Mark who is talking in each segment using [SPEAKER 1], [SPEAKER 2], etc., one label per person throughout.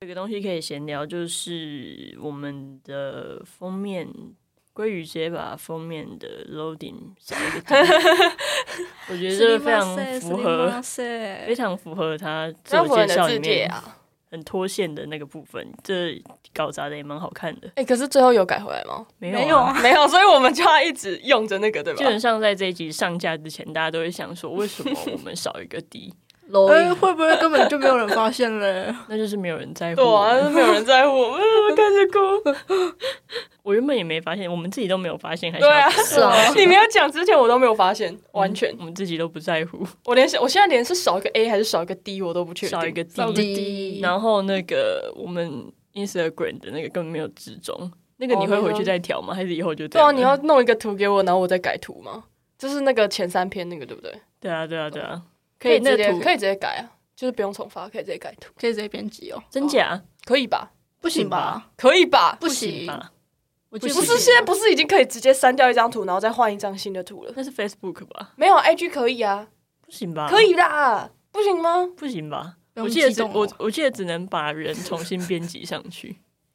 [SPEAKER 1] 有个东西可以闲聊，就是我们的封面，鲑鱼直接把封面的 loading 塞一个进去我觉得这个非常符合，非常符合他自
[SPEAKER 2] 要符合
[SPEAKER 1] 我
[SPEAKER 2] 你
[SPEAKER 1] 介
[SPEAKER 2] 的
[SPEAKER 1] 绍
[SPEAKER 2] 字
[SPEAKER 1] 里
[SPEAKER 2] 帖
[SPEAKER 1] 面
[SPEAKER 2] 啊。
[SPEAKER 1] 很脱线的那个部分，这搞砸的也蛮好看的。
[SPEAKER 2] 哎、可是最后有改回来吗？
[SPEAKER 1] 没有、
[SPEAKER 3] 没有啊，
[SPEAKER 2] 没有，所以我们就要一直用着 那个，对吧
[SPEAKER 1] 基？本上在这一集上架之前，大家都会想说，为什么我们少一个 D？
[SPEAKER 3] 哎、会不会根本就没有人发现嘞？
[SPEAKER 1] 那就是没有人在乎
[SPEAKER 2] 对
[SPEAKER 1] 我 们。
[SPEAKER 2] 啊，没有人在乎 我们，看着哭。
[SPEAKER 1] 我原本也没发现，我们自己都没有发现，还
[SPEAKER 2] 对啊
[SPEAKER 1] 想，
[SPEAKER 3] 是啊
[SPEAKER 2] 你没有讲之前，我都没有发现，完全。
[SPEAKER 1] 我们自己都不在乎。
[SPEAKER 2] 我连我现在连是少一个 A 还是少一个 D 我都不确定。
[SPEAKER 1] 少一个 D
[SPEAKER 2] 少一
[SPEAKER 3] D
[SPEAKER 1] 然后那个我们 Instagram 的那个根本没有之中，那个你会回去再调吗？还是以后就这样了？
[SPEAKER 2] 哦对啊，你要弄一个图给我，然后我再改图吗？就是那个前三篇那个，对不对？
[SPEAKER 1] 对啊对啊对啊，
[SPEAKER 2] 可以直
[SPEAKER 1] 那
[SPEAKER 2] 接
[SPEAKER 1] 图
[SPEAKER 2] 可以直接改啊，就是不用重发，可以直接改图，
[SPEAKER 3] 可以直接编辑哦，
[SPEAKER 1] 真假
[SPEAKER 2] 可以吧？
[SPEAKER 3] 不行吧？
[SPEAKER 2] 可以吧？
[SPEAKER 3] 不
[SPEAKER 1] 行
[SPEAKER 3] 行，
[SPEAKER 1] 吧？
[SPEAKER 3] 我记得
[SPEAKER 2] 不是现在不是已经可以直接删掉一张图，然后再换一张新的图了？
[SPEAKER 1] 那是 Facebook 吧？
[SPEAKER 2] 没有啊 IG 可以啊，
[SPEAKER 1] 不行吧？
[SPEAKER 2] 可以啦，不行吗？
[SPEAKER 1] 不行吧？
[SPEAKER 3] 不用
[SPEAKER 1] 我记得
[SPEAKER 3] 激
[SPEAKER 1] 只
[SPEAKER 3] 动哦
[SPEAKER 1] 我我记得只能把人重新编辑上 去。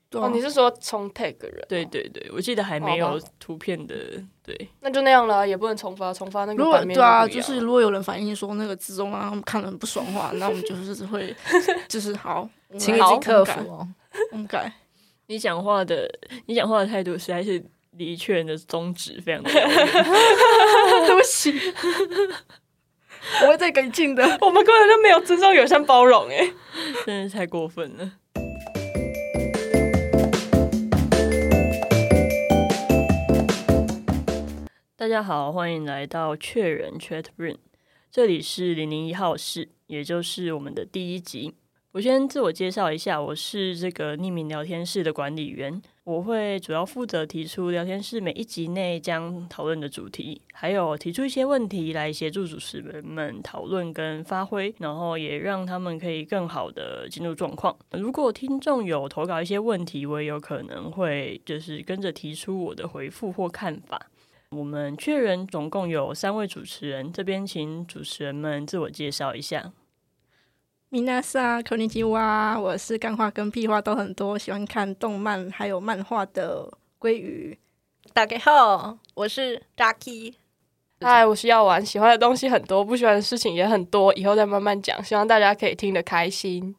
[SPEAKER 3] 对啊
[SPEAKER 2] 哦，你是说重 tag 人？
[SPEAKER 1] 对，对对，我记得还没
[SPEAKER 2] 好
[SPEAKER 1] 有图片的，对，
[SPEAKER 2] 那就那样了，也不能重发，重发那
[SPEAKER 3] 如
[SPEAKER 2] 个哦
[SPEAKER 3] 果
[SPEAKER 2] 版面
[SPEAKER 3] 对啊，
[SPEAKER 2] 不一
[SPEAKER 3] 就
[SPEAKER 2] 样
[SPEAKER 3] 是如果有人反映说那个之中啊让他们看得很不爽的话， 那我们就是会就是好，我们
[SPEAKER 4] 情
[SPEAKER 3] 来
[SPEAKER 2] 好
[SPEAKER 4] 已
[SPEAKER 2] 我
[SPEAKER 4] 经克
[SPEAKER 3] 改
[SPEAKER 4] 服哦。
[SPEAKER 3] 我们改。
[SPEAKER 1] 你讲话的你讲话的态度实在是离确人的宗旨非常的遥远
[SPEAKER 3] 对不起，我会再改进的。
[SPEAKER 2] 我们根本就没有尊重、友善、包容哎、
[SPEAKER 1] 真的是太过分了。大家好，欢迎来到确人 Chat Room，这里是零零一号室，也就是我们的第一集。我先自我介绍一下，我是这个匿名聊天室的管理员，我会主要负责提出聊天室每一集内将讨论的主题，还有提出一些问题来协助主持人们讨论跟发挥，然后也让他们可以更好的进入状况。如果听众有投稿一些问题，我也有可能会就是跟着提出我的回复或看法。我们确认总共有三位主持人，这边请主持人们自我介绍一下。
[SPEAKER 3] 米娜莎、科尼基哇，我是干话跟屁话都很多，喜欢看动漫还有漫画的鲑鱼。
[SPEAKER 4] 大家好，我是 Ducky。
[SPEAKER 2] 嗨，我是药丸，喜欢的东西很多，不喜欢的事情也很多，以后再慢慢讲，希望大家可以听得开心。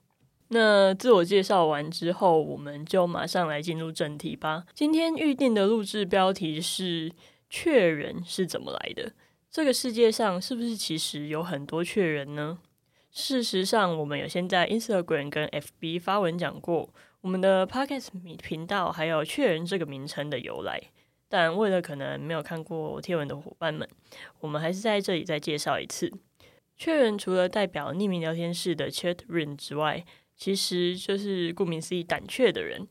[SPEAKER 1] 那自我介绍完之后，我们就马上来进入正题吧。今天预定的录制标题是“确人是怎么来的”。这个世界上是不是其实有很多确人呢？事实上，我们有先在 Instagram 跟 FB 发文讲过我们的 Podcast 频道还有“确人”这个名称的由来。但为了可能没有看过贴文的伙伴们，我们还是在这里再介绍一次。确人除了代表匿名聊天室的 Chat Room 之外，其实就是顾名思义胆怯的人。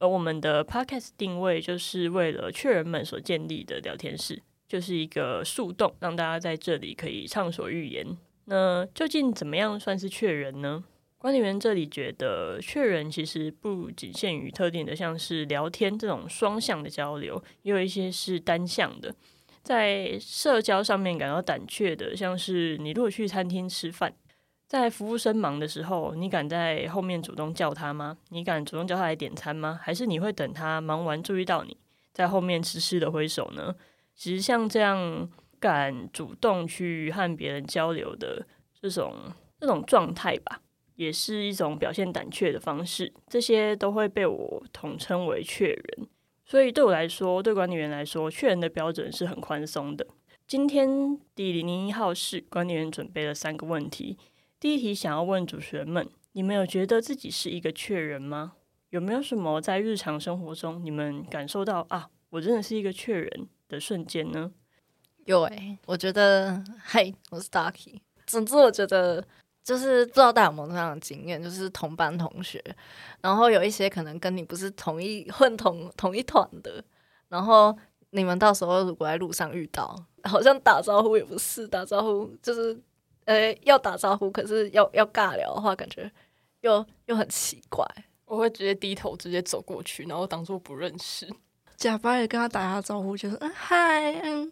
[SPEAKER 1] 而我们的 podcast 定位就是为了雀人们所建立的聊天室，就是一个树洞，让大家在这里可以畅所欲言。那究竟怎么样算是雀人呢？管理员这里觉得，雀人其实不仅限于特定的，像是聊天这种双向的交流，也有一些是单向的。在社交上面感到胆怯的，像是你如果去餐厅吃饭，在服务生忙的时候，你敢在后面主动叫他吗？你敢主动叫他来点餐吗？还是你会等他忙完注意到你，在后面痴痴的挥手呢？其实像这样敢主动去和别人交流的这种这种状态吧，也是一种表现胆怯的方式。这些都会被我统称为怯人。所以对我来说，对管理员来说，怯人的标准是很宽松的。今天第零零一号室管理员准备了三个问题，第一题想要问主持人们：你们有觉得自己是一个确人吗？有没有什么在日常生活中你们感受到啊，我真的是一个确人的瞬间呢？
[SPEAKER 4] 有诶、我觉得，嗨，我是 Ducky。总之，我觉得就是不知道大家有没有这样的经验，就是同班同学，然后有一些可能跟你不是同一混同同一团的，然后你们到时候如果在路上遇到，好像打招呼也不是打招呼，就是呃要打招呼，可是要要尬聊的话，感觉又又很奇怪。
[SPEAKER 2] 我会直接低头，直接走过去，然后当做不认识。
[SPEAKER 3] 假巴也跟他打一下招呼，就是嗯嗨嗯。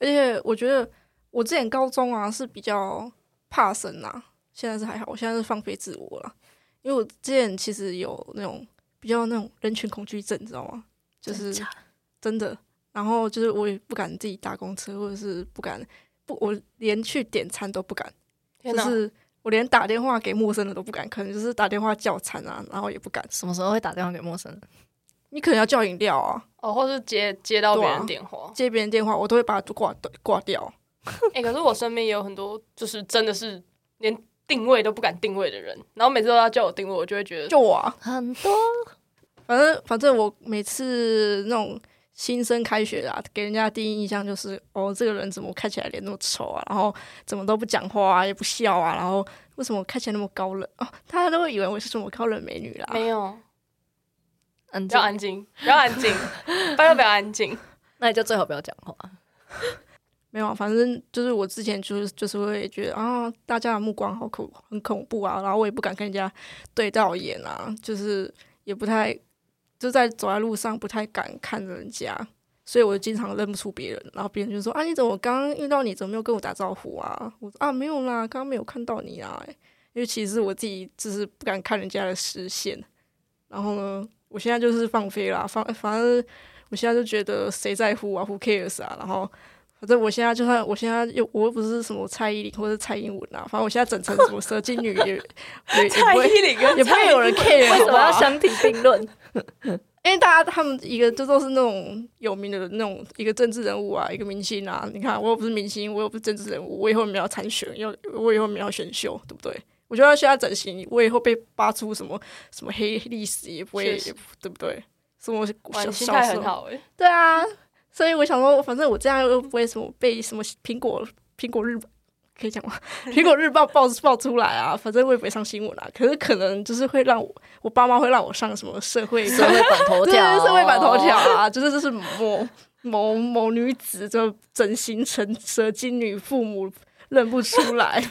[SPEAKER 3] 而且我觉得我之前高中啊是比较怕生啊，现在是还好，我现在是放飞自我了。因为我之前其实有那种比较那种人群恐惧症，你知道吗？就是
[SPEAKER 4] 真假
[SPEAKER 3] 真的。然后就是我也不敢自己搭公车，或者是不敢不，我连去点餐都不敢，
[SPEAKER 2] 天
[SPEAKER 3] 就
[SPEAKER 2] 哪，
[SPEAKER 3] 是我连打电话给陌生人都不敢，可能就是打电话叫餐啊，然后也不敢。
[SPEAKER 4] 什么时候会打电话给陌生人？
[SPEAKER 3] 你可能要叫饮料啊，
[SPEAKER 2] 哦，或是接接到别
[SPEAKER 3] 对啊
[SPEAKER 2] 人
[SPEAKER 3] 啊
[SPEAKER 2] 电话。
[SPEAKER 3] 接别人电话，我都会把它挂挂掉。
[SPEAKER 2] 哎、可是我身边也有很多，就是真的是连定位都不敢定位的人，然后每次都要叫我定位，我就会觉得
[SPEAKER 3] 就我啊、
[SPEAKER 4] 很多
[SPEAKER 3] 反正反正我每次那种新生开学啊，给人家第一印象就是哦，这个人怎么看起来脸那么丑啊，然后怎么都不讲话啊，也不笑啊，然后为什么看起来那么高冷哦？大家都会以为我是什么高冷美女啦。
[SPEAKER 2] 没有，
[SPEAKER 4] 安
[SPEAKER 2] 啊
[SPEAKER 4] 静
[SPEAKER 2] 要，安静，要安静，拜托不要安 静。
[SPEAKER 4] 那你就最好不要讲话。
[SPEAKER 3] 没有啊，反正就是我之前就是就是会觉得啊，大家的目光好恐很恐怖啊，然后我也不敢跟人家对到眼啊，就是也不太就在走在路上不太敢看着人家，所以我就经常认不出别人，然后别人就说啊，你怎么刚刚遇到你怎么没有跟我打招呼啊？我说啊没有啦，刚刚没有看到你啊，因为其实我自己就是不敢看人家的视线，然后呢，我现在就是放飞啦，放反正我现在就觉得谁在乎啊，Who cares 啊，然后。反正我现在就算我现在又我又不是什么蔡依林或者蔡英文啊，反正我现在整成什么蛇精女也也也不会
[SPEAKER 2] 林跟
[SPEAKER 3] 也不会有人 care
[SPEAKER 4] 为什么要
[SPEAKER 3] 好不好
[SPEAKER 4] 相提并论？
[SPEAKER 3] 因为大家他们一个就都是那种有名的那种一个政治人物啊，一个明星啊。你看，我又不是明星，我又不是政治人物，我以后没有参选，要我以后没有选秀，对不对？我就要现在整形，我以后被扒出什么什么黑历史也不会，
[SPEAKER 2] 确实
[SPEAKER 3] 也不对不对？什么
[SPEAKER 2] 玩
[SPEAKER 3] 小
[SPEAKER 2] 心
[SPEAKER 3] 小
[SPEAKER 2] 态
[SPEAKER 3] 时
[SPEAKER 2] 很
[SPEAKER 3] 候，
[SPEAKER 2] 好哎、
[SPEAKER 3] 对啊。所以我想说，反正我这样又不会什么被什么苹果苹果日报可以讲 吗？苹果日报爆爆出来啊，反正我也不会上新闻啊。可是可能就是会让我我爸妈会让我上什么社会
[SPEAKER 4] 社会版头
[SPEAKER 3] 对，
[SPEAKER 4] 条，
[SPEAKER 3] 社会版头条。啊，就是这是某某某女子就整形成蛇精女，父母认不出 来，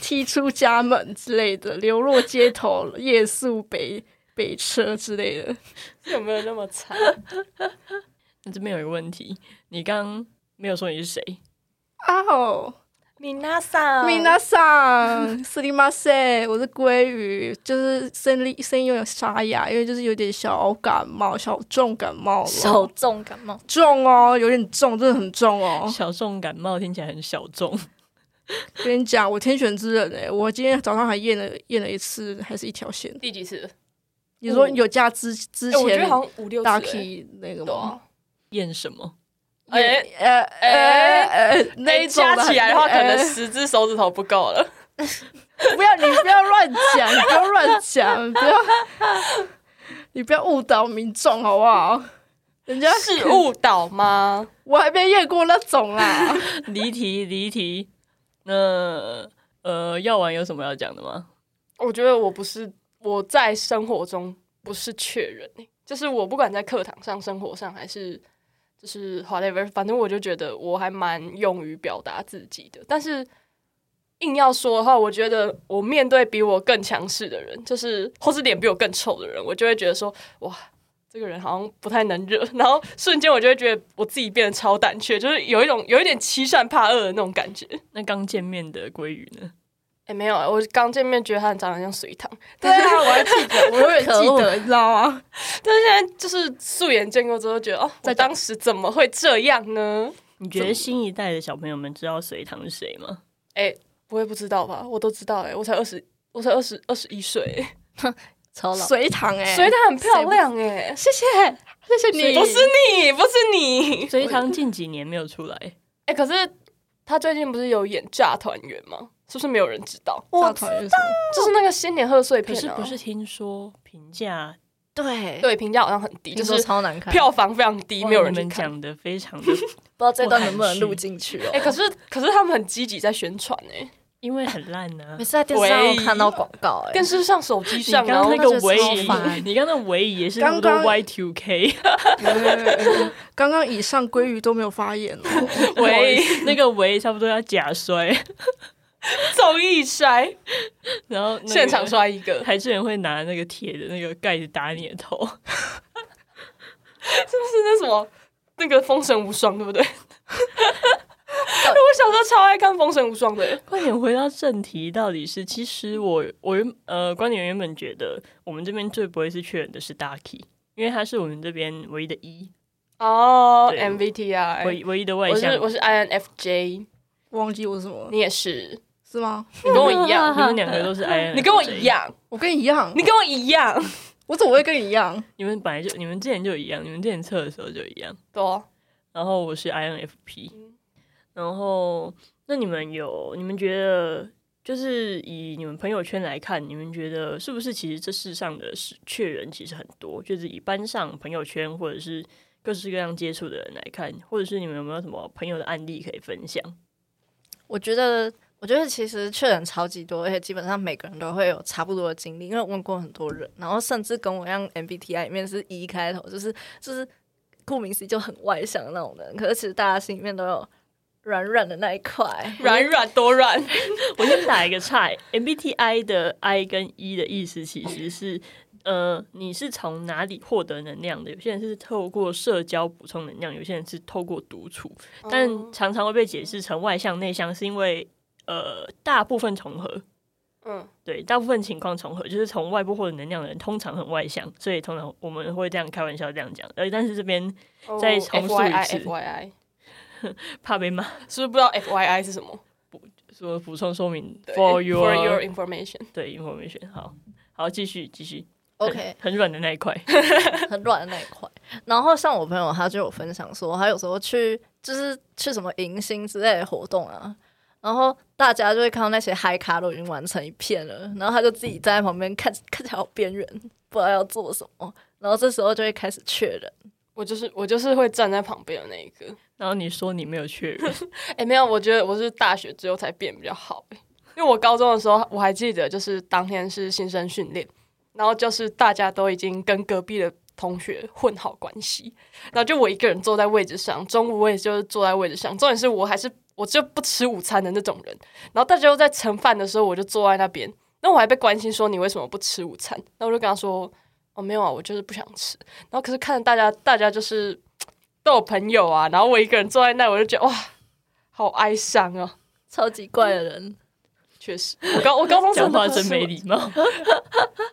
[SPEAKER 3] 踢出家门之类的，流落街头，夜宿北北车之类的。
[SPEAKER 2] 有没有那么惨？
[SPEAKER 1] 那这边有一个问题，你刚没有说你是谁，
[SPEAKER 3] 啊吼，
[SPEAKER 2] 米娜桑，
[SPEAKER 3] 米娜桑，斯里马塞，我是鲑鱼，就是声音声音有点沙哑，因为就是有点小感冒，小重感冒了，
[SPEAKER 4] 小众感冒，
[SPEAKER 3] 重哦，有点重，真的很重哦。
[SPEAKER 1] 小众感冒听起来很小众，
[SPEAKER 3] 跟你讲，我天选之人哎、我今天早上还验了验了一次，还是一条线。
[SPEAKER 2] 第几次？
[SPEAKER 3] 你说有加之之
[SPEAKER 2] 哦哎我觉
[SPEAKER 3] 前
[SPEAKER 2] 得好像五六次、
[SPEAKER 3] 大
[SPEAKER 2] 欸。
[SPEAKER 3] key 那个
[SPEAKER 2] 对
[SPEAKER 3] 吗
[SPEAKER 2] 啊？，
[SPEAKER 1] 验什么？
[SPEAKER 2] 哎
[SPEAKER 3] 验呃
[SPEAKER 2] 哎
[SPEAKER 3] 呃呃，那
[SPEAKER 2] 哎
[SPEAKER 3] 一种
[SPEAKER 2] 加起来的话，可能
[SPEAKER 3] 哎
[SPEAKER 2] 十只手指头不够了。
[SPEAKER 3] 不要你不要乱讲，你不要乱讲，不要你不要误导民众好不好？人家
[SPEAKER 2] 是，误导吗？
[SPEAKER 3] 我还没验过那种啊啦。
[SPEAKER 1] 离题离题。那呃，药丸有什么要讲的吗？
[SPEAKER 2] 我觉得我不是我在生活中不是确认、欸，就是我不管在课堂上、生活上还是就是 whatever，反正我就觉得我还蛮勇于表达自己的。但是硬要说的话，我觉得我面对比我更强势的人，就是或是脸比我更臭的人，我就会觉得说哇。这个人好像不太能惹，然后瞬间我就会觉得我自己变得超胆怯，就是有一种有一点欺善怕恶的那种感觉。
[SPEAKER 1] 那刚见面的鲑鱼呢？
[SPEAKER 2] 哎、没有，我刚见面觉得他长得像隋唐，
[SPEAKER 3] 对啊，我还记得， 我永远记得，你知道吗？
[SPEAKER 2] 但是现在就是素颜见过之后，觉得哦，我
[SPEAKER 3] 再讲
[SPEAKER 2] 当时怎么会这样呢？
[SPEAKER 1] 你觉得新一代的小朋友们知道隋唐是谁吗？
[SPEAKER 2] 哎、不会不知道吧？我都知道哎、我才二十，我才二十二十一岁，
[SPEAKER 4] 超老。
[SPEAKER 3] 隋唐哎，
[SPEAKER 2] 所以她很漂亮哎、
[SPEAKER 3] 谢谢谢谢你，
[SPEAKER 2] 不是你，不是你，
[SPEAKER 1] 隋唐近几年没有出来，
[SPEAKER 2] 哎、可是她最近不是有演《炸团圆》吗？是不是没有人知道？
[SPEAKER 3] 我知道。
[SPEAKER 2] 就是那个新年贺岁
[SPEAKER 1] 可
[SPEAKER 2] 片、
[SPEAKER 1] 是
[SPEAKER 2] 啊，
[SPEAKER 1] 不是听说评价
[SPEAKER 4] 对，
[SPEAKER 2] 对评价好像很低，就
[SPEAKER 4] 听说
[SPEAKER 2] 是
[SPEAKER 4] 超难看，
[SPEAKER 2] 票房非常低，
[SPEAKER 1] 哇
[SPEAKER 2] 没有人
[SPEAKER 1] 你
[SPEAKER 2] 去
[SPEAKER 1] 们
[SPEAKER 2] 看。
[SPEAKER 1] 讲的非常 的，
[SPEAKER 4] 不知道这段能不能录进去哦。
[SPEAKER 2] 哎、可是可是他们很积极在宣传哎、
[SPEAKER 1] 因为很烂 呢、
[SPEAKER 4] 每次在电视上有看到广告，哎
[SPEAKER 2] 电，视上、手机
[SPEAKER 1] 你
[SPEAKER 2] 上，
[SPEAKER 1] 刚
[SPEAKER 2] 然
[SPEAKER 1] 刚
[SPEAKER 2] 后
[SPEAKER 1] 那个
[SPEAKER 4] 我就
[SPEAKER 1] 唯
[SPEAKER 4] 超
[SPEAKER 1] 一
[SPEAKER 4] 烦，
[SPEAKER 1] 你刚刚那唯一也是
[SPEAKER 3] 刚
[SPEAKER 1] 那么多
[SPEAKER 3] 刚
[SPEAKER 1] Y two K，
[SPEAKER 3] 刚刚以上鲑鱼都没有发言哦，
[SPEAKER 2] 唯
[SPEAKER 1] 那个唯差不多要假摔，
[SPEAKER 2] 综艺筛，
[SPEAKER 1] 然后、那个
[SPEAKER 2] 现场摔一个，
[SPEAKER 1] 台志远会拿那个铁的那个盖子打你的头，
[SPEAKER 2] 是那什么那个《封神无双》对不对？
[SPEAKER 4] 到底
[SPEAKER 2] 小时候超爱看《封神无双》的，
[SPEAKER 1] 快点回到正题，到底是其实我我原呃观点原本觉得我们这边最不会是缺人的是 Ducky，因为他是我们这边唯一的一、
[SPEAKER 2] 哦
[SPEAKER 1] 对
[SPEAKER 2] ，MVTI，
[SPEAKER 1] 唯唯一的外
[SPEAKER 2] 我
[SPEAKER 1] 向
[SPEAKER 2] 是。我是 INFJ，
[SPEAKER 3] 我忘记我是什么了，
[SPEAKER 2] 你也 是，
[SPEAKER 3] 是吗？
[SPEAKER 2] 你跟我一样，
[SPEAKER 1] 你们两个都是 I，
[SPEAKER 2] 你跟我一，样，
[SPEAKER 3] 我跟你一样
[SPEAKER 2] 你，跟我一样，
[SPEAKER 3] 我怎么会跟你一样？
[SPEAKER 1] 你们本来就你们之前就一样，你们之前测的时候就一样。
[SPEAKER 2] 对啊，
[SPEAKER 1] 然后我是 INFP，、
[SPEAKER 2] 嗯
[SPEAKER 1] 然后那你们有你们觉得就是以你们朋友圈来看，你们觉得是不是其实这世上的是确人其实很多，就是以班上朋友圈或者是各式各样接触的人来看，或者是你们有没有什么朋友的案例可以分享？
[SPEAKER 4] 我觉得，我觉得其实确诊超级多，而且基本上每个人都会有差不多的经历，因为我问过很多人，然后甚至跟我一样 MBTI 里面是一开头，就是就是顾名思义就很外向的那种人，可是其实大家心里面都有软软的那一块。
[SPEAKER 2] 软软多 软，
[SPEAKER 1] 我先打一个岔，MBTI 的 I 跟 E 的意思其实是。呃，你是从哪里获得能量的？有些人是透过社交补充能量，有些人是透过独处。
[SPEAKER 2] 哦
[SPEAKER 1] 但常常会被解释成外向内向，是因为呃大部分重合，
[SPEAKER 2] 嗯，
[SPEAKER 1] 对，大部分情况重合，就是从外部获得能量的人通常很外向，所以通常我们会这样开玩笑这样讲。呃，但是这边
[SPEAKER 2] 嗯哦
[SPEAKER 1] 再重述一
[SPEAKER 2] FYI
[SPEAKER 1] 次
[SPEAKER 2] FYI，
[SPEAKER 1] 怕被骂，
[SPEAKER 2] 是不是不知道 FYI 是什么
[SPEAKER 1] 说补充说明
[SPEAKER 2] 对
[SPEAKER 1] for
[SPEAKER 2] for
[SPEAKER 1] your,
[SPEAKER 2] your information，
[SPEAKER 1] 对 information，好好继续继续
[SPEAKER 4] OK，
[SPEAKER 1] 很很软的那一块，
[SPEAKER 4] 很软的那一块。然后像我朋友，他就有分享说，他有时候去就是去什么迎新之类的活动啊，然后大家就会看到那些嗨咖都已经玩成一片了，然后他就自己站在旁边看，看起来好边缘，不知道要做什么。然后这时候就会开始确认，
[SPEAKER 2] 我就是我就是会站在旁边的那一个，
[SPEAKER 1] 然后你说你没有确 认，
[SPEAKER 2] 哎、没有，我觉得我是大学之后才变比较好、欸，因为我高中的时候我还记得，就是当天是新生训练，然后就是大家都已经跟隔壁的同学混好关系，然后就我一个人坐在位置上，中午我也就是坐在位置上，重点是我还是我就不吃午餐的那种人，然后大家都在盛饭的时候，我就坐在那边，那我还被关心说你为什么不吃午餐，那我就跟他说。哦，没有啊，我就是不想吃。然后可是看着大家，大家就是都有朋友啊，然后我一个人坐在那，我就觉得哇，好哀伤哦。
[SPEAKER 4] 超级怪的人，
[SPEAKER 2] 确实， 我高我高中
[SPEAKER 1] 讲
[SPEAKER 2] 的
[SPEAKER 1] 话
[SPEAKER 2] 不
[SPEAKER 1] 真
[SPEAKER 2] 是
[SPEAKER 1] 没礼貌。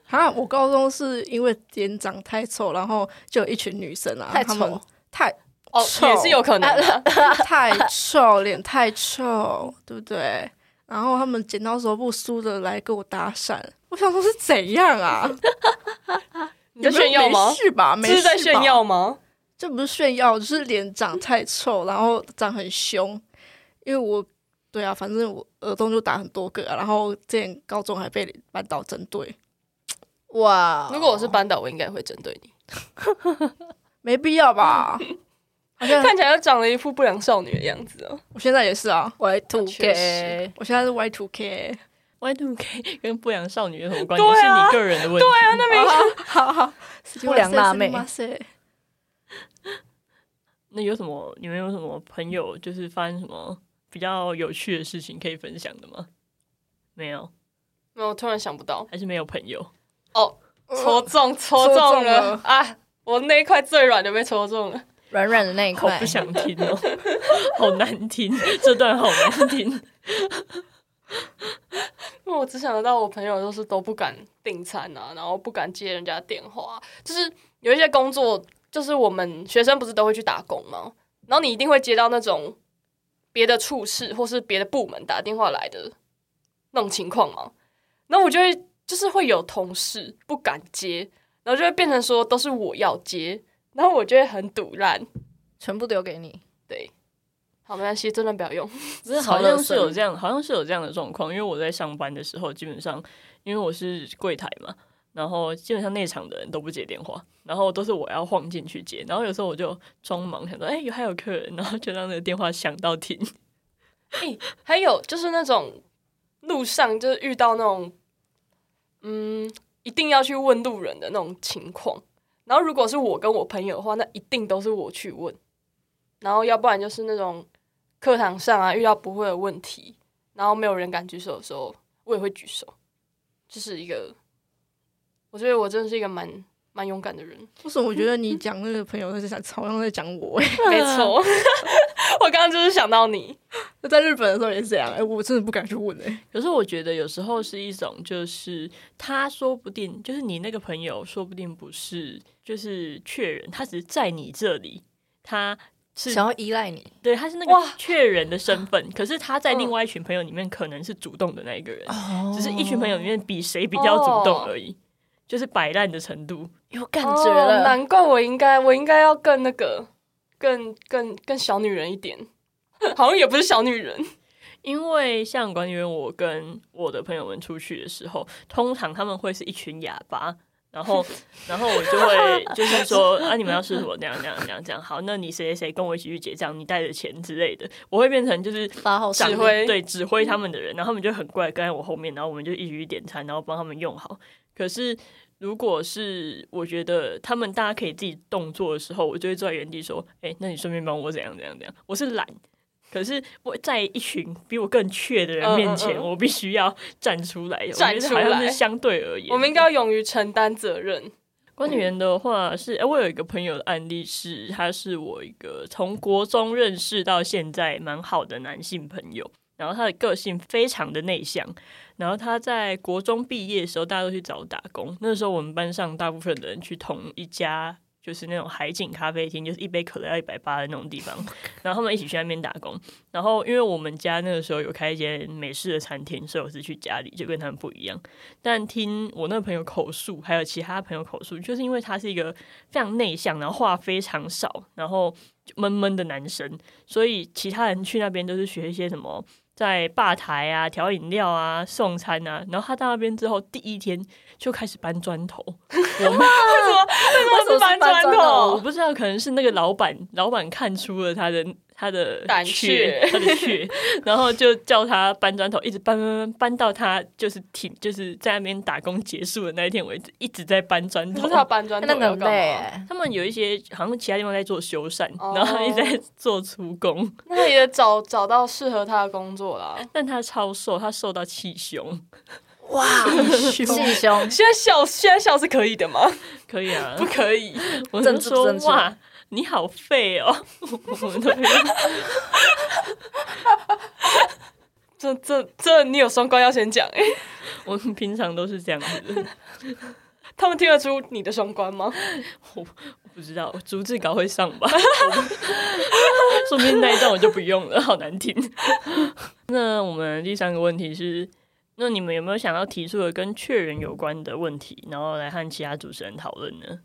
[SPEAKER 3] 啊，我高中是因为脸长太丑，然后就有一群女生啊，
[SPEAKER 4] 太
[SPEAKER 3] 她们
[SPEAKER 4] 丑
[SPEAKER 3] 太
[SPEAKER 2] 哦，
[SPEAKER 3] 臭
[SPEAKER 2] 也是有可能的。
[SPEAKER 3] 太臭，脸太臭，对不对？然后他们剪刀手不输的来跟我搭讪，我想说是怎样啊？
[SPEAKER 2] 你在炫耀吗
[SPEAKER 3] 没？事吧？没
[SPEAKER 2] 这
[SPEAKER 3] 事
[SPEAKER 2] 是在炫
[SPEAKER 3] 吧
[SPEAKER 2] 耀吗？
[SPEAKER 3] 这不是炫耀，就是脸长太臭，然后长很凶。因为我，对啊，反正我耳洞就打很多个、啊，然后之前高中还被班导针对，
[SPEAKER 4] 哇！哦
[SPEAKER 2] 如果我是班导，我应该会针对你。
[SPEAKER 3] 没必要 吧？好像
[SPEAKER 2] 看起来就长了一副不良少女的样子哦。
[SPEAKER 3] 我现在也是啊，
[SPEAKER 4] Y two
[SPEAKER 2] 确实
[SPEAKER 4] K，
[SPEAKER 3] 我现在是 Y two K，
[SPEAKER 1] Y two K 跟不良少女有什么关系？
[SPEAKER 2] 对啊
[SPEAKER 1] 是你个人的问题。对啊，那
[SPEAKER 3] 好好，
[SPEAKER 4] 不良辣妹
[SPEAKER 3] 哇塞，
[SPEAKER 1] 那有什么？你们有什么朋友就是发生什么比较有趣的事情可以分享的吗？没有，
[SPEAKER 2] 没有，我突然想不到，
[SPEAKER 1] 还是没有朋友？
[SPEAKER 2] 哦戳中戳
[SPEAKER 3] 戳
[SPEAKER 2] 中
[SPEAKER 3] 中
[SPEAKER 2] 了
[SPEAKER 3] 了
[SPEAKER 2] 啊！我那一块最软的被戳中了。
[SPEAKER 4] 软软的那一
[SPEAKER 1] 好
[SPEAKER 4] 块
[SPEAKER 1] 不，想听哦， 好难听，这段好难听。
[SPEAKER 2] 因为我只想得到我朋友就是都不敢订餐啊，然后不敢接人家电话啊、就是有一些工作，就是我们学生不是都会去打工吗？然后你一定会接到那种别的处室或是别的部门打电话来的那种情况嘛。然后我就会就是会有同事不敢接，然后就会变成说都是我要接，然后我就会很堵烂。
[SPEAKER 4] 全部丢给你，
[SPEAKER 2] 对，好，没关系，真的不要用。
[SPEAKER 1] 不是，好像是有这样，好像是有这样的状况。因为我在上班的时候，基本上因为我是柜台嘛，然后基本上内场的人都不接电话，然后都是我要晃进去接。然后有时候我就装忙，想说哎、有还有客人，然后就让那个电话响到停。
[SPEAKER 2] 还有就是那种路上就是遇到那种，嗯，一定要去问路人的那种情况。然后如果是我跟我朋友的话，那一定都是我去问。然后要不然就是那种课堂上啊遇到不会的问题，然后没有人敢举手的时候，我也会举手。这、是一个，我觉得我真的是一个蛮蛮勇敢的人。
[SPEAKER 3] 为什么我觉得你讲那个朋友在想，好像在讲我哎、
[SPEAKER 2] 没错，我刚刚就是想到你，
[SPEAKER 3] 那在日本的时候也是这样，哎、我真的不敢去问哎、
[SPEAKER 1] 可是我觉得有时候是一种，就是他说不定就是你那个朋友，说不定不是就是确人，他只是在你这里，他是
[SPEAKER 4] 想要依赖你，
[SPEAKER 1] 对他是那
[SPEAKER 2] 哇
[SPEAKER 1] 个确人的身份，可是他在
[SPEAKER 2] 嗯
[SPEAKER 1] 另外一群朋友里面可能是主动的那一个人，
[SPEAKER 4] 哦
[SPEAKER 1] 只是一群朋友里面比谁比较主动而已，就是摆烂的程度。
[SPEAKER 4] 有感觉
[SPEAKER 2] 哦，
[SPEAKER 4] 了，
[SPEAKER 2] 难怪我应该我应该要更那个，更更更小女人一点， 好像也不是小女人，
[SPEAKER 1] 因为像管理员，我跟我的朋友们出去的时候，通常他们会是一群哑巴，然 后然后我就会就是说啊，你们要吃什么？这样这样这样这样。好，那你谁谁谁跟我一起去结账，你带着钱之类的，我会变成就是
[SPEAKER 4] 发号
[SPEAKER 1] 掌
[SPEAKER 2] 指
[SPEAKER 4] 施
[SPEAKER 2] 挥
[SPEAKER 4] 令，
[SPEAKER 1] 对指挥他们的人，然后他们就很怪跟在我后面，然后我们就一起去点餐，然后帮他们用好。可是如果是我觉得他们大家可以自己动作的时候，我就会坐在原地说：“哎、那你顺便帮我怎样怎样怎样。”我是懒，可是我在一群比我更怯的人面前，
[SPEAKER 2] 嗯嗯嗯
[SPEAKER 1] 我必须要站出来。
[SPEAKER 2] 站出来
[SPEAKER 1] 我觉得好像是相对而言，
[SPEAKER 2] 我们应该要勇于承担责 任。
[SPEAKER 1] 管理员的话是，哎、我有一个朋友的案例是，他是我一个从国中认识到现在蛮好的男性朋友，然后他的个性非常的内向，然后他在国中毕业的时候，大家都去找打工，那时候我们班上大部分的人去同一家。就是那种海景咖啡厅，就是一杯可乐要一百八的那种地方，然后他们一起去那边打工。然后因为我们家那个时候有开一间美式的餐厅，所以我是去家里，就跟他们不一样。但听我那个朋友口述，还有其他朋友口述，就是因为他是一个非常内向，然后话非常少，然后就闷闷的男生，所以其他人去那边都是学一些什么。在吧台啊，调饮料啊，送餐啊，然后他到那边之后，第一天就开始搬砖头。 我们
[SPEAKER 4] 为什么
[SPEAKER 2] 搬砖
[SPEAKER 4] 头？
[SPEAKER 1] 我不知道，可能是那个老板，老板看出了他的他的
[SPEAKER 2] 胆
[SPEAKER 1] 怯
[SPEAKER 2] 怯，
[SPEAKER 1] 他的怯，然后就叫他搬砖头，一直搬搬搬搬到他就是停，就是在那边打工结束的那一天为止，一直在搬砖
[SPEAKER 2] 可
[SPEAKER 1] 头
[SPEAKER 2] 是。他搬砖头
[SPEAKER 4] 那个
[SPEAKER 2] 要
[SPEAKER 4] 很
[SPEAKER 2] 干
[SPEAKER 4] 累
[SPEAKER 2] 嘛？
[SPEAKER 4] 欸，
[SPEAKER 1] 他们有一些好像其他地方在做修缮
[SPEAKER 2] 哦
[SPEAKER 1] 然后一直在做出工，
[SPEAKER 2] 那他也找找到适合他的工作啦。
[SPEAKER 1] 但他超瘦，他瘦到气胸，
[SPEAKER 4] 哇，气胸，
[SPEAKER 2] 现在笑，现在笑是可以的吗？
[SPEAKER 1] 可以啊，
[SPEAKER 2] 不 可以，
[SPEAKER 1] 我就
[SPEAKER 4] 政治不
[SPEAKER 1] 说
[SPEAKER 4] 正确
[SPEAKER 1] 哇，你好废哦， 我们都没有
[SPEAKER 2] 这这这，你有双关要先讲哎、
[SPEAKER 1] 我们平常都是这样子的。
[SPEAKER 2] 他们听得出你的双关吗？
[SPEAKER 1] 不知道，逐字稿会上吧？ 说不定那一段我就不用了，好难听。 那我们第三个问题是，那你们有没有想要提出的跟确认有关的问题，然后来和其他主持人讨论呢？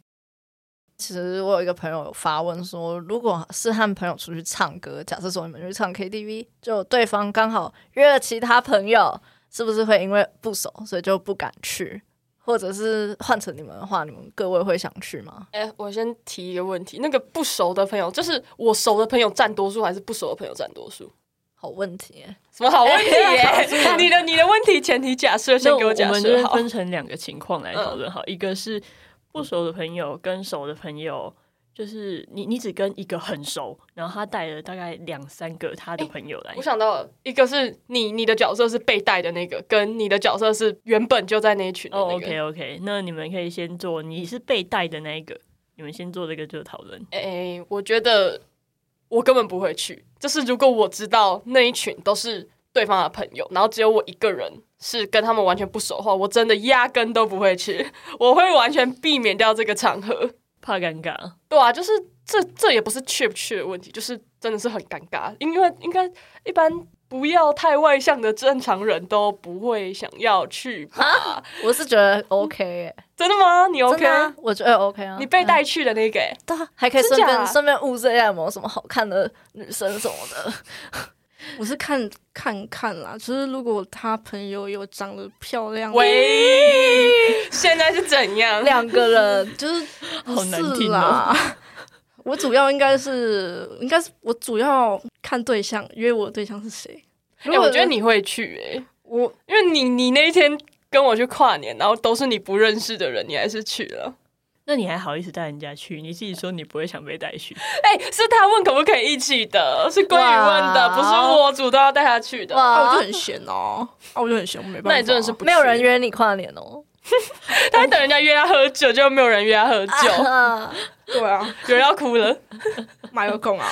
[SPEAKER 4] 其实我有一个朋友有发问说，如果是和朋友出去唱歌，假设说你们去唱 KTV，就对方刚好约了其他朋友，是不是会因为不熟，所以就不敢去？或者是换成你们的话，你们各位会想去吗？
[SPEAKER 2] 哎、我先提一个问题，那个不熟的朋友，就是我熟的朋友占多数，还是不熟的朋友占多数？
[SPEAKER 4] 好问题耶，
[SPEAKER 2] 什么好问 题、
[SPEAKER 1] 哎
[SPEAKER 2] 耶你的你的问题前提假设
[SPEAKER 1] 那
[SPEAKER 2] 先给
[SPEAKER 1] 我嗯
[SPEAKER 2] 假
[SPEAKER 1] 们
[SPEAKER 2] 设
[SPEAKER 1] 就
[SPEAKER 2] 好。
[SPEAKER 1] 分成两个情况来讨论，好，一个是不熟的朋友跟熟的朋友。就是你，你只跟一个很熟，然后他带了大概两三个他的朋友来，
[SPEAKER 2] 我想到了一个是你你的角色是被带的那个，跟你的角色是原本就在那一群的那个。
[SPEAKER 1] 哦、o k OK，那你们可以先做，你是被带的那一个，你们先做这个就讨论。
[SPEAKER 2] 诶、哎我觉得我根本不会去。就是如果我知道那一群都是对方的朋友，然后只有我一个人是跟他们完全不熟的话，我真的压根都不会去， 我会完全避免掉这个场合。
[SPEAKER 1] 怕尴尬，
[SPEAKER 2] 对啊，就是这这也不是去不去的问题，就是真的是很尴尬，因为应该一般。不要太外向的正常人都不会想要去吧？
[SPEAKER 4] 我是觉得 OK 耶、
[SPEAKER 2] 真的吗？你 OK？
[SPEAKER 4] 真的啊我觉得 OK 啊。
[SPEAKER 2] 你被带去的那个、欸，
[SPEAKER 4] 对啊，还可以顺
[SPEAKER 2] 真假
[SPEAKER 4] 便顺便物色一下有没有什么好看的女生什么 的。
[SPEAKER 3] 我是看看看啦，就是如果他朋友有长得漂
[SPEAKER 4] 嗯
[SPEAKER 3] 亮，
[SPEAKER 2] 喂，现在是怎样？
[SPEAKER 4] 两个人
[SPEAKER 3] 就是
[SPEAKER 1] 好难
[SPEAKER 3] 是
[SPEAKER 1] 听
[SPEAKER 3] 啦
[SPEAKER 1] 哦。
[SPEAKER 3] 我主要应该是，应该是我主要看对象，约我的对象是谁。
[SPEAKER 2] 哎、
[SPEAKER 3] 如果
[SPEAKER 2] 我觉得你会去哎、
[SPEAKER 3] 我
[SPEAKER 2] 因为你你那一天跟我去跨年，然后都是你不认识的人，你还是去了。
[SPEAKER 1] 那你还好意思带人家去？你自己说你不会想被带去，
[SPEAKER 2] 哎、是他问可不可以一起的，是鲑鱼问的，
[SPEAKER 4] 哇
[SPEAKER 2] 不是我主动要带他去的。
[SPEAKER 3] 啊，我
[SPEAKER 4] 哇
[SPEAKER 3] 就，很闲哦，啊，我就很闲，我没办法。
[SPEAKER 2] 那你真的是不去
[SPEAKER 4] 没有人，约你跨年哦。
[SPEAKER 2] 他还等人家约他喝酒，就没有人约他喝酒，
[SPEAKER 4] 啊
[SPEAKER 3] 对啊，
[SPEAKER 2] 有人要哭了。
[SPEAKER 3] 马有空啊，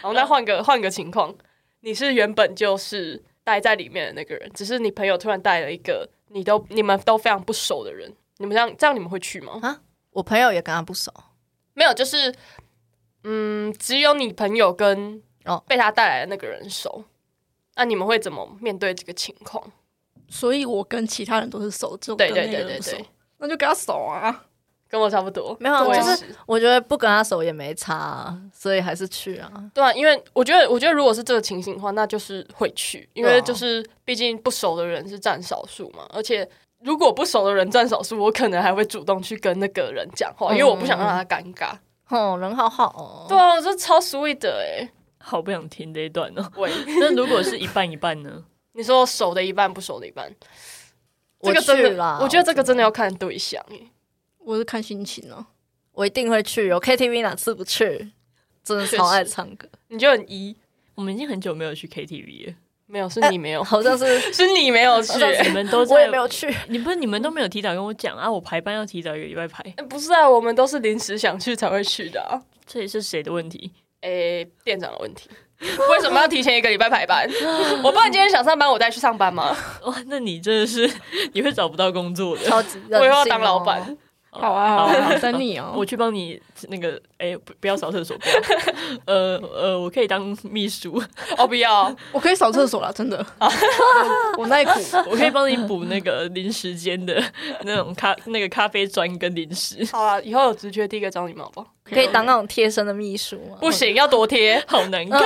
[SPEAKER 2] 好，那换个换个情况，你是原本就是待在里面的那个人，只是你朋友突然带了一个你都你们都非常不熟的人，你们这样这样你们会去
[SPEAKER 4] 啊
[SPEAKER 2] 吗？
[SPEAKER 4] 我朋友也跟他不熟，
[SPEAKER 2] 没有，就是嗯，只有你朋友跟
[SPEAKER 4] 哦
[SPEAKER 2] 被他带来的那个人熟，那、你们会怎么面对这个情况？
[SPEAKER 3] 所以我跟其他人都是熟，只有
[SPEAKER 2] 对
[SPEAKER 3] 跟
[SPEAKER 2] 对
[SPEAKER 3] 那个人
[SPEAKER 2] 对对
[SPEAKER 3] 不熟
[SPEAKER 2] 对，
[SPEAKER 3] 那就给他熟啊。
[SPEAKER 2] 跟我差不多，
[SPEAKER 4] 没有啊
[SPEAKER 2] 我也
[SPEAKER 4] 就是
[SPEAKER 2] 是
[SPEAKER 4] 我觉得不跟他熟也没差、啊，所以还是去啊。
[SPEAKER 2] 对啊，因为我觉得，我觉得如果是这个情形的话，那就是会去，因
[SPEAKER 4] 对
[SPEAKER 2] 为
[SPEAKER 4] 啊
[SPEAKER 2] 就是毕竟不熟的人是占少数嘛，而且如果不熟的人占少数，我可能还会主动去跟那个人讲话，因
[SPEAKER 4] 嗯
[SPEAKER 2] 为我不想让他尴尬。
[SPEAKER 4] 哦，人好好哦。
[SPEAKER 2] 对啊，我这超 sweet 的哎、
[SPEAKER 1] 好不想听这一段哦。
[SPEAKER 2] 喂，
[SPEAKER 1] 那如果是一半一半呢？
[SPEAKER 2] 你说熟的一半，不熟的一半，这
[SPEAKER 4] 我
[SPEAKER 2] 个真
[SPEAKER 4] 去
[SPEAKER 2] 的，
[SPEAKER 4] 啦。
[SPEAKER 2] 我觉得这个真的要看对象哎、
[SPEAKER 3] 我是看心情哦。
[SPEAKER 4] 我一定会去。哦有 KTV 哪次不去？真的超爱唱歌，
[SPEAKER 2] 你就很一，
[SPEAKER 1] 我们已经很久没有去 KTV 了，
[SPEAKER 2] 没有是你没有，
[SPEAKER 4] 好像是
[SPEAKER 2] 是你没有去、
[SPEAKER 4] 好 像
[SPEAKER 2] 欸
[SPEAKER 1] 你们都在
[SPEAKER 4] 哎我也没有去。
[SPEAKER 1] 你不是你们都没有提早跟我讲啊？我排班要提早一个礼拜排，
[SPEAKER 2] 欸不是啊，我们都是临时想去才会去的啊。
[SPEAKER 1] 这也是谁的问题？
[SPEAKER 2] 诶、店长的问题。为什么要提前一个礼拜排班？我不然今天想上班，我再去上班吗？
[SPEAKER 1] 哇，那你真的是你会找不到工作的。
[SPEAKER 4] 超级任性哦
[SPEAKER 2] 我以后要当老板，
[SPEAKER 3] 好啊，好啊，等你哦。
[SPEAKER 1] 我去帮你那个，哎、不不要扫厕所，不要 呃呃，我可以当秘书，
[SPEAKER 2] 哦，不要，
[SPEAKER 3] 我可以扫厕所啦，真的。 我耐苦，
[SPEAKER 1] 我可以帮你补那个零时间的那种咖那个咖啡砖跟零食，
[SPEAKER 2] 好啦，以后有职缺第一个找你们好不好？
[SPEAKER 4] 可以当那种贴身的秘书啊吗？
[SPEAKER 2] 不行，要多贴，
[SPEAKER 1] 好难看。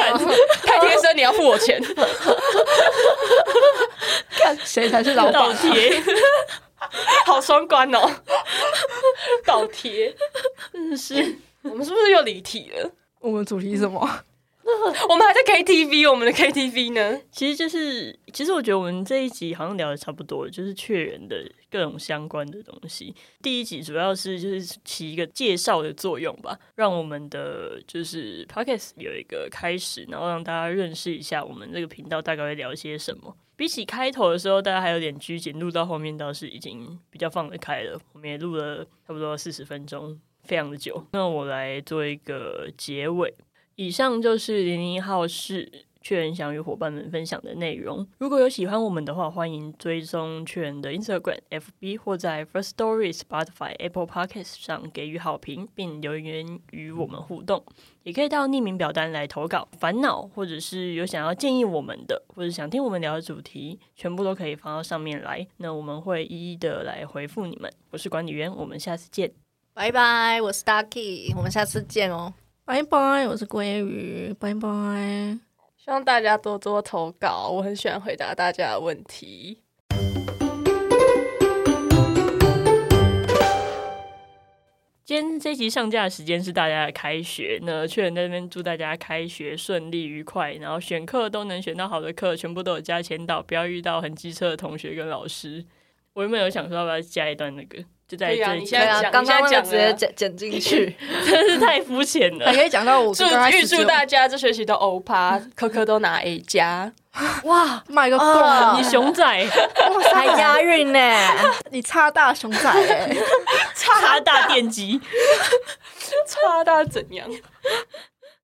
[SPEAKER 2] 太贴身你要付我钱。
[SPEAKER 3] 看谁才是老板。
[SPEAKER 1] 倒贴，
[SPEAKER 2] 好双关哦，倒贴。
[SPEAKER 1] 真的是
[SPEAKER 2] 我们是不是又离题了？
[SPEAKER 3] 我们主题是什么？
[SPEAKER 2] 我们还在 KTV，我们的 KTV 呢？
[SPEAKER 1] 其实就是，其实我觉得我们这一集好像聊的差不多了，就是确认的各种相关的东西。第一集主要是就是起一个介绍的作用吧，让我们的就是 podcast 有一个开始，然后让大家认识一下我们这个频道大概会聊些什么。比起开头的时候，大家还有点拘谨，录到后面倒是已经比较放得开了。我们也录了差不多四十分钟，非常的久。那我来做一个结尾。以上就是零零号室确认想与伙伴们分享的内容。如果有喜欢我们的话，欢迎追踪确认的 Instagram、FB 或在 First Story、Spotify、Apple Podcasts 上给予好评，并留言与我们互动。也可以到匿名表单来投稿烦恼，或者是有想要建议我们的，或者想听我们聊的主题，全部都可以放到上面来。那我们会一一的来回复你们。我是管理员，我们下次见。
[SPEAKER 4] 拜拜，我是 Ducky，我们下次见哦。
[SPEAKER 3] 拜拜，我是鲑鱼，拜拜。
[SPEAKER 2] 希望大家多多投稿，我很喜欢回答大家的问题。
[SPEAKER 1] 今天这集上架的时间是大家的开学，那确认在这边祝大家开学顺利愉快，然后选课都能选到好的课，全部都有加签到，不要遇到很机车的同学跟老师。我原本有想说要不要加一段那个，就在
[SPEAKER 2] 可以啊
[SPEAKER 1] 这一
[SPEAKER 2] 你
[SPEAKER 1] 集，
[SPEAKER 2] 现
[SPEAKER 4] 对
[SPEAKER 2] 在
[SPEAKER 4] 啊
[SPEAKER 2] 讲，
[SPEAKER 4] 刚刚
[SPEAKER 2] 你
[SPEAKER 4] 那
[SPEAKER 2] 现在
[SPEAKER 4] 个
[SPEAKER 2] 讲
[SPEAKER 4] 直接
[SPEAKER 2] 了
[SPEAKER 4] 剪剪进去。
[SPEAKER 1] 真是太肤浅了
[SPEAKER 3] 还。可以讲到我
[SPEAKER 2] 祝
[SPEAKER 3] 刚开
[SPEAKER 2] 预
[SPEAKER 3] 始
[SPEAKER 2] 祝大家这学期都欧趴，科科都拿 A 加。
[SPEAKER 1] 哇，
[SPEAKER 3] 卖个
[SPEAKER 4] 啊
[SPEAKER 3] 够，
[SPEAKER 1] 你熊仔
[SPEAKER 4] 还押韵呢，
[SPEAKER 3] 你差大熊仔欸。
[SPEAKER 1] 插大电机。
[SPEAKER 2] 差大家怎样？